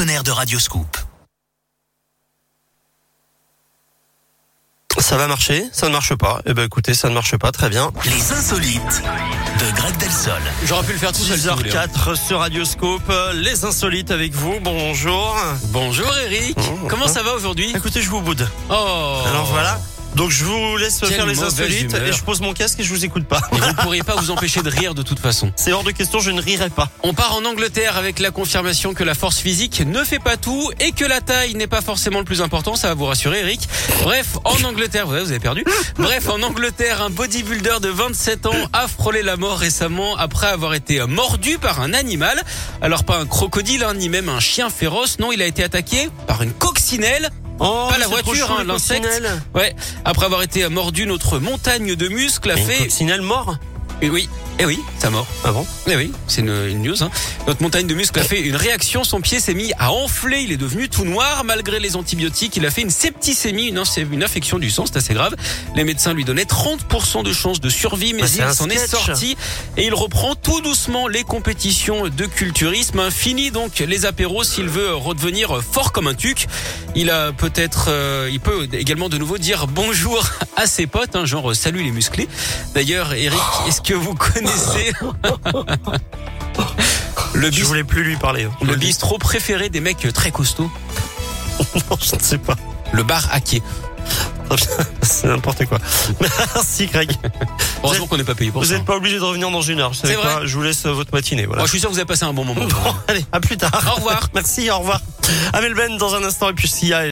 horaires de Radio Scoop. Ça va marcher Ça ne marche pas Eh ben écoutez, ça ne marche pas, très bien. Les insolites de Greg Delsol. J'aurais pu le faire tout seul. si vous voulez, hein. 10h04 sur Radioscope, euh, les insolites avec vous, bonjour. Bonjour Eric. Comment ça va aujourd'hui Écoutez, je vous boude. Oh. Ah. Alors voilà. Donc je vous laisse Quelle faire les mauvaise insolites humeur. et je pose mon casque et je vous écoute pas. Et vous ne pourrez pas vous empêcher de rire de toute façon. C'est hors de question, je ne rirai pas. On part en Angleterre avec la confirmation que la force physique ne fait pas tout et que la taille n'est pas forcément le plus important, ça va vous rassurer Eric. Bref, en Angleterre, ouais, vous avez perdu. Bref, en Angleterre, un bodybuilder de 27 ans a frôlé la mort récemment après avoir été mordu par un animal. Alors pas un crocodile, hein, ni même un chien féroce, non, il a été attaqué par une coccinelle. Oh, Pas la c'est trop voiture, chaud, hein, les l'insecte. coccinelles. Ouais, après avoir été mordu, notre montagne de muscles a Mais une fait... coccinelle mort Et oui, eh oui, ça mort. Ah bon Eh oui, c'est une, une news. hein. Notre montagne de muscles a fait une réaction. Son pied s'est mis à enfler. Il est devenu tout noir malgré les antibiotiques. Il a fait une septicémie, une, inf- une infection du sang. C'est assez grave. Les médecins lui donnaient 30% de chance de survie, mais Bah, c'est un il s'en est sketch. sorti. Et il reprend tout doucement les compétitions de culturisme. hein. Fini donc les apéros s'il veut redevenir fort comme un tuc. Il a peut-être, euh, il peut également de nouveau dire bonjour à ses potes, hein, genre salut les musclés. D'ailleurs, Eric, est-ce que vous connaissez le, Je bist- voulais plus lui parler. hein. le bistrot préféré des mecs très costauds Non, je ne sais pas. Le bar hacké. C'est n'importe quoi. Merci Greg. Heureusement qu'on n'est pas payé pour Vous ça. n'êtes pas obligé de revenir dans une heure. Vous savez C'est quoi vrai Je vous laisse euh, votre matinée. Voilà. Moi, je suis sûr que vous avez passé un bon moment. Bon, allez, à plus tard. Au revoir. Merci, au revoir. Amel Ben dans un instant et puis Sia. et-